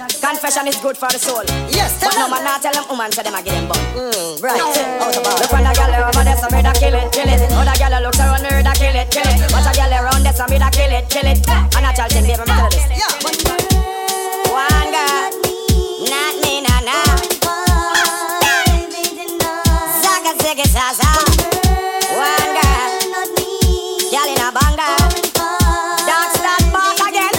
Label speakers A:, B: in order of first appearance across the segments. A: and it's good for the soul.
B: Yes, tell
A: But no
B: them.
A: man, I tell them woman, so them a get them bum.
B: Mm, right. Out of
A: Look
B: order.
A: on the gal over there, some me da kill it, kill it. Other gal looks around her, da kill it, kill it. Watch a gal around there, some me da kill it, kill it. And I tell them, baby, me tell you this.
B: Yeah, but
A: One girl, not me, nah, nah. Zaga, zigga, zaza. One girl, gal in a banga. Don't stop, back again.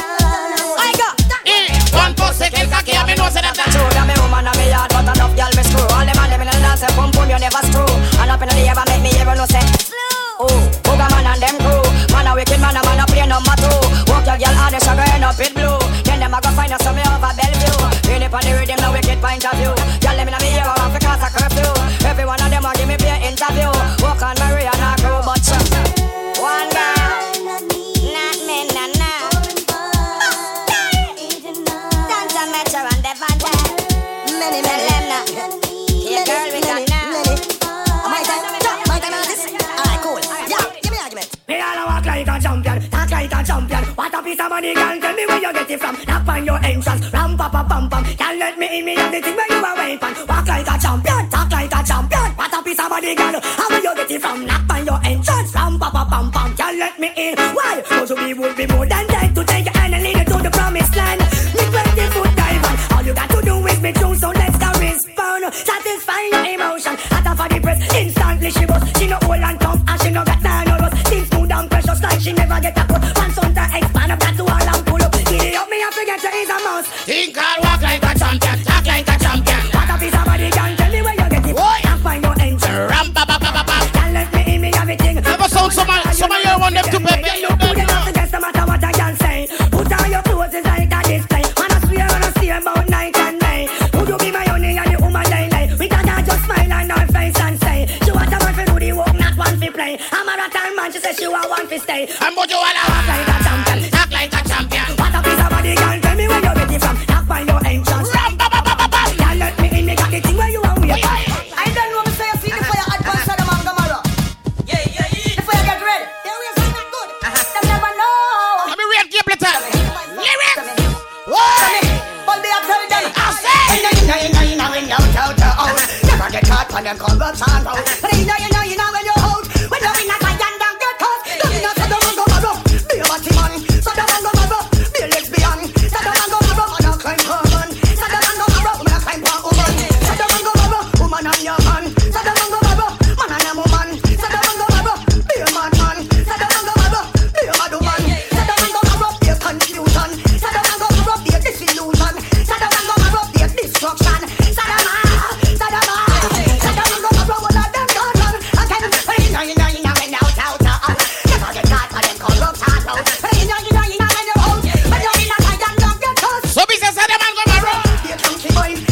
A: I go.
C: Y Juan Pose, que el caque a mí no se le
A: True that me woman and me yard, but enough girl me screw. All them and them in the dance, boom boom, you never screw. And up in the air, make me hear no say. Oh, booga man and them crew. Man a wicked man, a man a play number two. Walk your girl out the sugar end up it blue. Then them a go find us some over Bellevue. Feel it on the rhythm, no wicked point of view. Girl them in the ear, I'm because I curfew. Every one of them a give me peer interview. Walk on Maria and I crew, but you. One girl, not me, nah, nah. Dance and Metro and Devante.
B: Many,
A: Tell
B: many.
A: them now. Yeah, girl, we got now.
B: My time, my time is this. Alright, cool. Yeah, give me argument.
D: Me all a walk like a champion, talk like a champion. What a piece of money, girl! Tell me where you get it from. Knock on your entrance, ram pa pa pam pam. Girl, let me in, me have the thing where you are waiting for. Walk like a champion, talk like a champion. What a piece of money, girl! How will you get it from? Knock on your entrance, ram pa pa pam pam. Girl, let me in. Why? Cause we would be more than dead to take your hand and lead you to the promised land. Me twenty foot diamond. All you got to do is be true, so let's go respond. Satisfy your emotion. Hot off of the press, instantly she was. She no old and tough, and she no got none of us. Things smooth and precious, like she never get a cut. Pants on the expand up, got to all and pull up. Giddy up, me I forget to is a must.
C: Think I'll walk like a champion, talk like a champion.
D: What a piece of body, can tell me where you get it.
C: Why?
D: Can't find your engine.
C: Ram pa pa pa pa pa.
D: Can't let me in, me everything.
C: Never sound so mal- so mal, you want them to pay me, you
D: Put
C: better
D: it
C: not.
D: up against no matter what I can say. Put on your clothes, it's like a display. Man, I swear, man, I swear about night and day. Would you be my honey and the woman lay lay? We can not just smile on her face and say, she want a man fi do the work, not one fi play. I'm a rotten man, she say she want one fi stay.
C: And but you all a walk like a champion, talk like a champion.
D: What a piece of body, girl, tell me where you get it from. Knock on your entrance.
C: Ram pa pa pa pa pa.
D: Girl, let me in, me got the thing where you want me.
B: I don't know, Mr. You see the fire advance of the Mangamara. Yeah, yeah, yeah. The fire get red. They will see them good. Them never know.
C: Let me read the letter. Lyrics.
B: Come
C: Why?
B: in. All day up every day.
C: I say.
B: You know, you know, you know, you know, you know, you know, you know. Never get caught when them conversation roll. But you know, you know, you know when you're out. When you're in a fight and don't get caught. Don't you know, so the Mangamara. Be a batty man. So the Mangamara. Be a lesbian. So the Mangamara. Man a climb her man. So the Mangamara. Woman a climb her woman. So the Mangamara. Woman and your man. So the Mangamara. Man and a woman. So the Mangamara. Be a madman. So the Mangamara. Be a mad woman. So the Mangamara. Be a confusion. So the Mangamara. Be a disillusion. So the Mangamara. Be a destruction. So the Mangamara. So the Mangamara. So the Mangamara. One of them gone wrong. Again. You know, you know, you know, you know, you know, you know. Never get caught by them corruption. You know, you know, you know, when you're out. When you're in a fight and don't get caught.
C: So be says that the man go marry.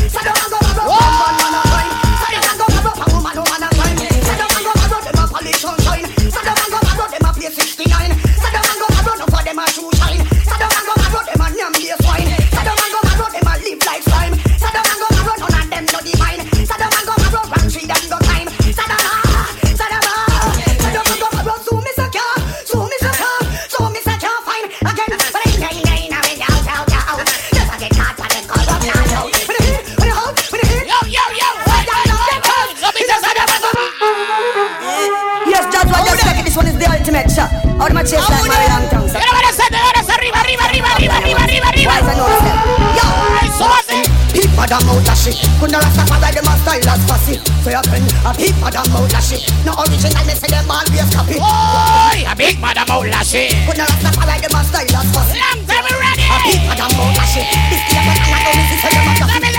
C: Yo yo yo. What the hell? So be says that the man go marry.
B: Yes, that's what just take it. This one is the ultimate shot. Out of my chest like my long tongue. sir.
C: Pero bueno, se te ahora arriba, arriba, arriba, arriba, arriba, arriba, arriba.
B: Wise and old step. Yo!
C: Ay, súbate.
B: Peep for them out of shit. Couldn't Rastafari them a style as fussy. So you can a peep for them out of shit. No original, me say them always copy.
C: Oy, a big madam out la shit.
B: Couldn't Rastafari them a style as fussy.
C: Long time we
B: A
C: ready.
B: peep for them out of shit. This is a man and this is a man.
C: Let me,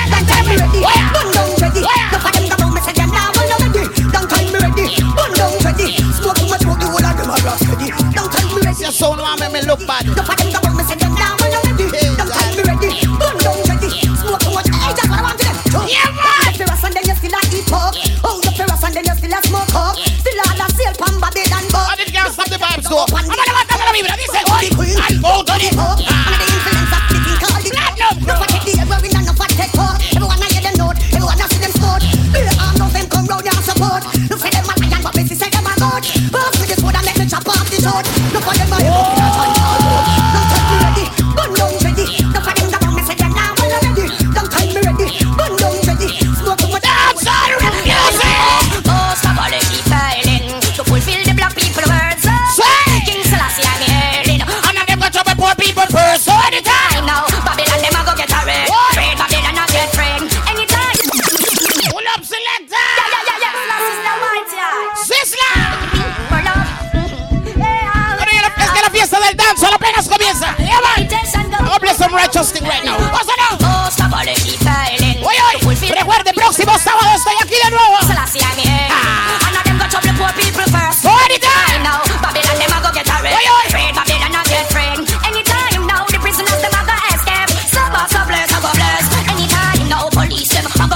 C: let me,
B: Don't time me
C: let me.
B: ready.
C: Where?
B: Bun down ready.
C: Where?
B: No for them go round me say them now bun down ready. Don't time me ready. Bun down ready. Smoke too much smoke the whole of them a rust ready. Don't time me ready.
C: Your son want make me look bad.
B: No for them go round me say them now bun down ready. Don't time me ready. Bun down ready. Smoke too much. Hey, that's what I want to do.
C: Yeah, man.
B: Hold your ferrous and then you still a eat pork. Hold your ferrous and then you still a smoke coke. Still all a sail from Babylon boat.
C: I didn't get stop the vibes though. I'm gonna levantar la vibra. Dice, oy, al modo de.
B: Coke. Under the influence of the thing called the
C: Platinum.
B: coke. No forget the air we're in and no forget coke. Everyone I hear them note, everyone I see them sport. Beer arm, no them come round and support. Look for them a lion, but Bessie say them a goat. Burst with the sword and let me chop off the throat. Look for them a hero, in a ton of gold. Don't take me ready, gun down ready. Look for them, the bomb, me say them now, well, I'm ready. Don't take me
C: apenas comienza. Yeah, man. I'm gonna play some righteous thing right now. Pásalo. Oye, oye. Recuerde, próximo sábado estoy aquí de nuevo. Hold it down. Oye, oye.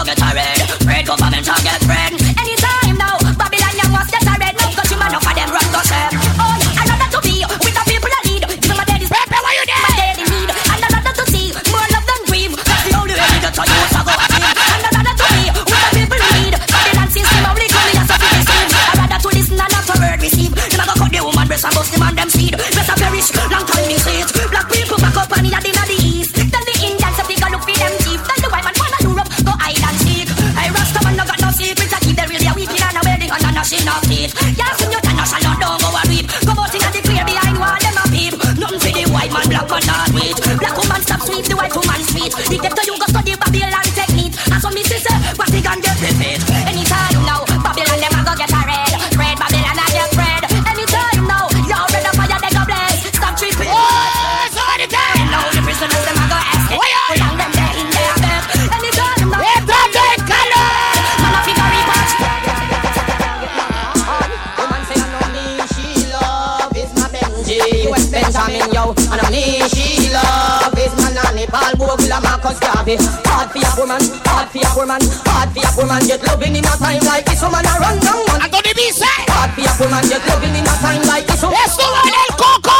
A: Government target friend. Anytime now, Babylon young was get a red. No, cause you man up for them run go share. Oh, I rather to be with the people I need. Give my daddy's
C: Pepe, why you there?
A: my daily need. And I rather to see more love than grief. That's the only way that I use to go achieve. And I rather to be with the people I need. Babylon system only come as a free receive. I rather to listen and not to word receive. Them a go cut the woman breast and bust the man them seed. Breast a perish, long time in seat. Black people back up and in the the east. Tell the Indians if they go look for them chief. Tell the white man wanna Europe go hide and seek. I rasta man no got no secret. I keep the real, yeah, we in and a wedding and a nation of teeth. Yeah, soon you turn a shallow, don't go a reap. Come out in a the clear behind wall, them a peep. Nothing for the white man, black man not wait. Black woman stop sweet, the white woman sweet. The ghetto you go study Babylon technique. And so me sister, what they can get with it. Anytime now, Babylon them a go get a red. Red Babylon a get red. Anytime now, you're red a fire they go blaze. Stop tripping.
C: Oh, hold it down.
A: Now the prisoners them a go escape.
C: Why are you-
A: Long them there in their bed. Anytime now,
C: Entrando en calor.
A: man a figure report.
E: Woman say I know me, she love is my Benji. U.S. Benjamin, yo. I know me, she love is my nanny. Paul Bogula, Marcus Garvey. Hard for a woman, hard for a woman, hard for a woman. Get loving in a time like this, woman a run down one.
C: Anthony dice,
E: Hard for a woman, get loving in a time like this, woman.
C: ¡Esto va en el coco!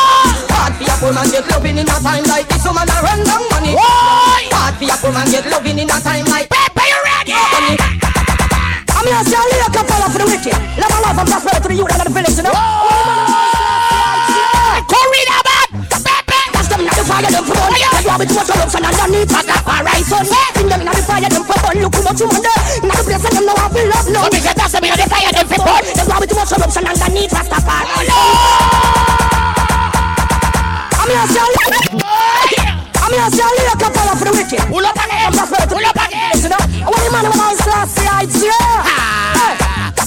E: Hard for a woman, get loving in a time like this, woman a run down money.
C: ¡Uy!
E: Hard for a woman, get loving in a time like.
C: ¡Pepe, you ready!
D: I'm here to say, look up for the wicked. Love and love and prosperity to the youth and the village, you know.
C: ¡Corrida, man! ¡Pepe!
D: Cause them not the fire, them for fun. Cause you have it too much corruption and you need to stop our right son. Bring them in the fire, them for fun. Look how much you want there. Not the place and them no have will love, no.
C: No me sentas, se me lo desaya del pepón.
D: Them you have it too much corruption and you need to stop our right I'm here to say, I'm here to say, look up for the wicked.
C: ¡Ulo pagué! ¡Ulo pagué!
D: You know, I want the man with eyes last lights, yeah.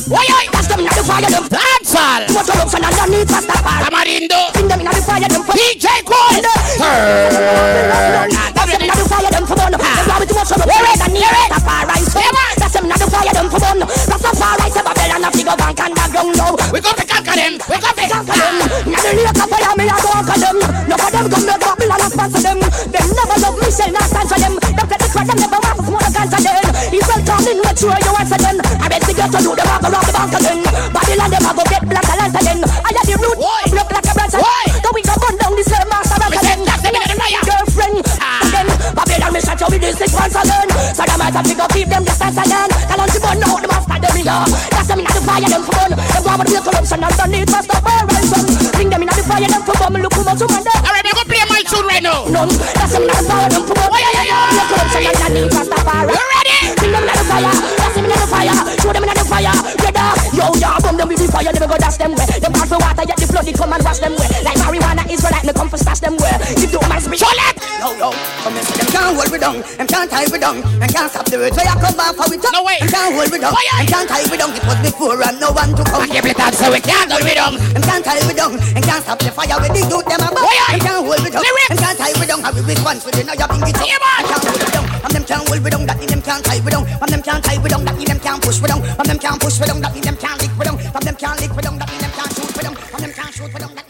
C: ¡Uy, uy!
D: Cause them not the fire, them for
C: ¡Danzal!
D: much corruption and you need to stop our
C: ¡Tamarindo!
D: Bring them in the fire, them for
C: ¡DJ Cool! Ah,
D: That's them not the fire them for bun. Them want me to watch them burn. Them need it up our eyes. That's them not the fire them for bun. That's up our eyes. Babylon a figure bank underground now.
C: ¡We got to conquer them! ¡We got to
D: Conquer
C: conquer
D: them.
C: them!
D: Now the lake of fire me a go conquer them. None of them come make Babylon a sponsor them. Them never love me, shall not stand for them. Them take the crown, them never want more than cancer them. Israel come in, make sure you answer them. I bet the ghetto you, them a go rob the bank again. Babylon them a go get black and lantern them. I had the root,
C: Why?
D: broke like a branch.
C: Why?
D: The wind a burn down the same master
C: Me
D: again.
C: say, that's the minute of the fire.
D: Girlfriend,
C: Ah.
D: again. Babylon, me shot you with this stick once again. So them might have to go keep them distance again. Tell them to burn out the master them yeah. That's them inna the fire them for burn. Them go out with the corruption and don't need trust of our ransom. Bring them inna the fire them for burn. Look who much you man there.
C: Alright, we're gonna play my tune right now!
D: None. That's them inna the fire them for burn.
C: Oi, oi, oi, oi.
D: The corruption and don't need trust of our
C: You ready?
D: Bring them inna the fire. That's them inna the fire. Show them inna the fire. Brother, yo, yo, bomb them with the fire. Never go dash them way. Them hard for water, yet the flood it come and wash them way. Like marijuana, Israelite, me come for stash them way. Give them my spirit.
C: ¡Cholet!
D: Yo, yo, oh, come and see them can't hold me down, them can't tie me down, them can't stop the words. So I come back for it up.
C: No way.
D: Them can't hold me down,
C: Why, aye?
D: them can't tie me down. It was before and no one to come.
C: ¡Aquí apretad, se we can't olvidar!
D: Them can't tie me down, them can't stop the fire when they do them about.
C: Why, aye?
D: Them can't hold me down,
C: Lyrics.
D: them can't tie me down. I will respond to the now you bring it up.
C: Yeah, man.
D: Them can't hold me down, and them can't hold me down. That mean them can't tie me down, from them can't tie me down. That mean them can't push me down, from them can't push me down. That mean them can't lick me down, from them can't lick me down. That mean them can't shoot me down, from them can't shoot me down.